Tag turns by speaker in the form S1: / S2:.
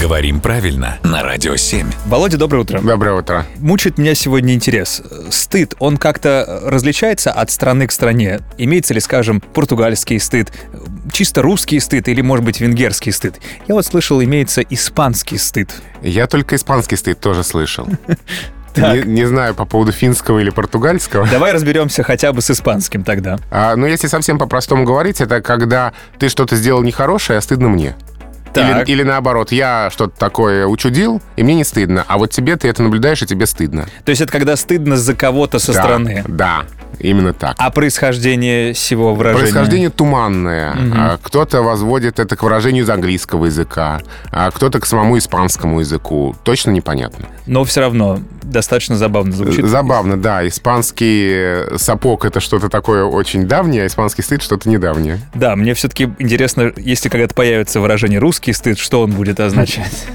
S1: Говорим правильно на Радио 7.
S2: Володя, доброе утро.
S3: Доброе утро.
S2: Мучает меня сегодня интерес. Стыд, он как-то э, различается от страны к стране? Имеется ли, скажем, португальский стыд, чисто русский стыд или, может быть, венгерский стыд? Я вот слышал, имеется испанский стыд.
S3: Я только испанский стыд тоже слышал. Не,
S2: Так.
S3: не знаю по поводу финского или португальского.
S2: Давай разберемся хотя бы с испанским тогда.
S3: А, но если совсем по-простому говорить, это когда ты что-то сделал нехорошее, а стыдно мне. Или,
S2: Так.
S3: или наоборот, я что-то такое учудил, и мне не стыдно. А вот тебе ты это наблюдаешь, и тебе стыдно.
S2: То есть это когда стыдно за кого-то со
S3: Да,
S2: стороны.
S3: Да, именно так.
S2: А происхождение всего выражения?
S3: Происхождение туманное. А, Кто-то возводит это к выражению из английского языка, а кто-то к самому испанскому языку. Точно непонятно.
S2: Но все равно достаточно забавно звучит.
S3: Забавно, да. Испанский э, сапог — это что-то такое очень давнее, а испанский стыд — что-то недавнее.
S2: Да, мне все-таки интересно, если когда-то появится выражение «русский стыд», что он будет означать?